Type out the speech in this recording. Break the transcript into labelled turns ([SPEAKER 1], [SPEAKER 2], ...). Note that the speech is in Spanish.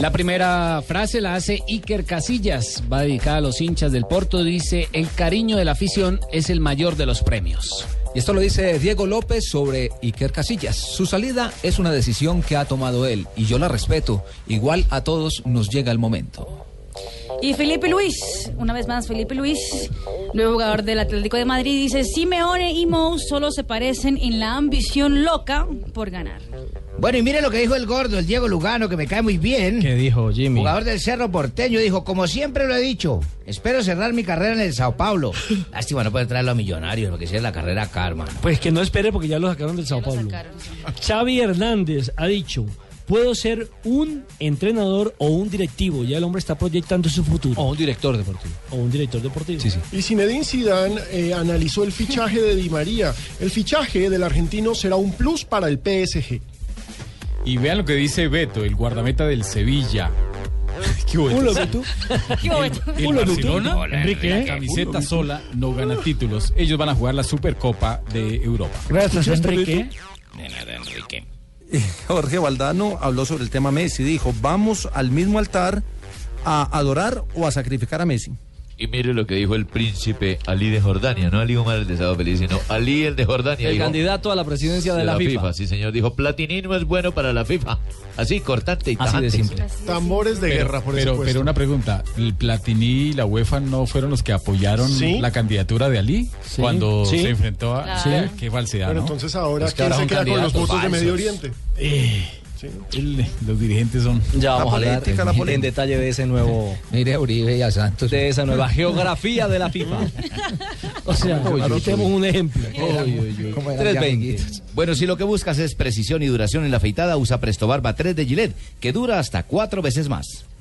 [SPEAKER 1] La primera frase la hace Iker Casillas, va dedicada a los hinchas del Porto, dice, el cariño de la afición es el mayor de los premios.
[SPEAKER 2] Y esto lo dice Diego López sobre Iker Casillas. Su salida es una decisión que ha tomado él y yo la respeto. Igual a todos nos llega el momento.
[SPEAKER 3] Y Felipe Luis, una vez más Felipe Luis, nuevo jugador del Atlético de Madrid, dice, Simeone y Mou solo se parecen en la ambición loca por ganar.
[SPEAKER 4] Bueno, y mire lo que dijo el gordo, el Diego Lugano, que me cae muy bien.
[SPEAKER 5] ¿Qué dijo Jimmy?
[SPEAKER 4] Jugador del Cerro Porteño dijo, como siempre lo he dicho, espero cerrar mi carrera en el Sao Paulo. Lástima no poder traerlo a Millonarios, porque si es la carrera acá, hermano.
[SPEAKER 5] Pues que no espere porque ya lo sacaron del Sao Paulo. Xavi Hernández ha dicho, puedo ser un entrenador o un directivo. Ya el hombre está proyectando su futuro.
[SPEAKER 2] O un director deportivo.
[SPEAKER 5] O un director deportivo.
[SPEAKER 2] Sí, sí.
[SPEAKER 6] Y Zinedine Zidane eh, analizó el fichaje de Di María. El fichaje del argentino será un plus para el PSG.
[SPEAKER 7] Y vean lo que dice Beto, el guardameta del Sevilla. ¿Qué hubo,
[SPEAKER 5] Ulo,
[SPEAKER 7] Beto?
[SPEAKER 5] tú.
[SPEAKER 3] Qué bueno.
[SPEAKER 7] El Barcelona,
[SPEAKER 4] Hola,
[SPEAKER 7] Enrique, la camiseta sola no gana títulos. Ellos van a jugar la Supercopa de Europa.
[SPEAKER 5] Gracias, Enrique.
[SPEAKER 4] De nada, Enrique.
[SPEAKER 8] Jorge Valdano habló sobre el tema Messi, dijo, vamos al mismo altar a adorar o a sacrificar a Messi.
[SPEAKER 9] Y mire lo que dijo el príncipe Ali de Jordania, no Ali Omar el de Sábado Feliz, sino Ali el de Jordania.
[SPEAKER 10] El
[SPEAKER 9] dijo,
[SPEAKER 10] candidato a la presidencia de,
[SPEAKER 9] de
[SPEAKER 10] la, FIFA.
[SPEAKER 9] Sí, señor, dijo, Platini no es bueno para la FIFA. Así, cortante y
[SPEAKER 2] Así
[SPEAKER 9] tajante.
[SPEAKER 2] de simple.
[SPEAKER 6] Tambores de
[SPEAKER 7] Pero,
[SPEAKER 6] guerra, por
[SPEAKER 7] pero,
[SPEAKER 6] supuesto.
[SPEAKER 7] pero una pregunta, ¿el Platini y la UEFA no fueron los que apoyaron
[SPEAKER 6] Sí.
[SPEAKER 7] la candidatura de Ali
[SPEAKER 5] Sí.
[SPEAKER 7] cuando
[SPEAKER 5] Sí.
[SPEAKER 7] se enfrentó a...
[SPEAKER 3] Claro.
[SPEAKER 7] Qué falsedad,
[SPEAKER 6] Bueno,
[SPEAKER 7] ¿no?
[SPEAKER 6] entonces ahora,
[SPEAKER 9] Es que
[SPEAKER 6] ¿quién
[SPEAKER 9] ahora
[SPEAKER 6] se
[SPEAKER 9] son
[SPEAKER 6] queda con los
[SPEAKER 9] candidatos
[SPEAKER 6] votos de Medio
[SPEAKER 9] falsos.
[SPEAKER 6] Oriente? Sí.
[SPEAKER 7] El- los dirigentes son...
[SPEAKER 10] Ya
[SPEAKER 8] La
[SPEAKER 10] vamos a hablar
[SPEAKER 8] política, la
[SPEAKER 10] en- en
[SPEAKER 8] política.
[SPEAKER 10] detalle de ese nuevo
[SPEAKER 2] Mire a Uribe y a Santos.
[SPEAKER 10] de esa nueva geografía de la FIFA.
[SPEAKER 5] O sea, aquí tenemos un ejemplo.
[SPEAKER 2] ¿Cómo eran de
[SPEAKER 10] 320.
[SPEAKER 2] amiguitos?
[SPEAKER 9] Bueno, si lo que buscas es precisión y duración en la afeitada, usa Presto Barba 3 de Gillette, que dura hasta cuatro veces más.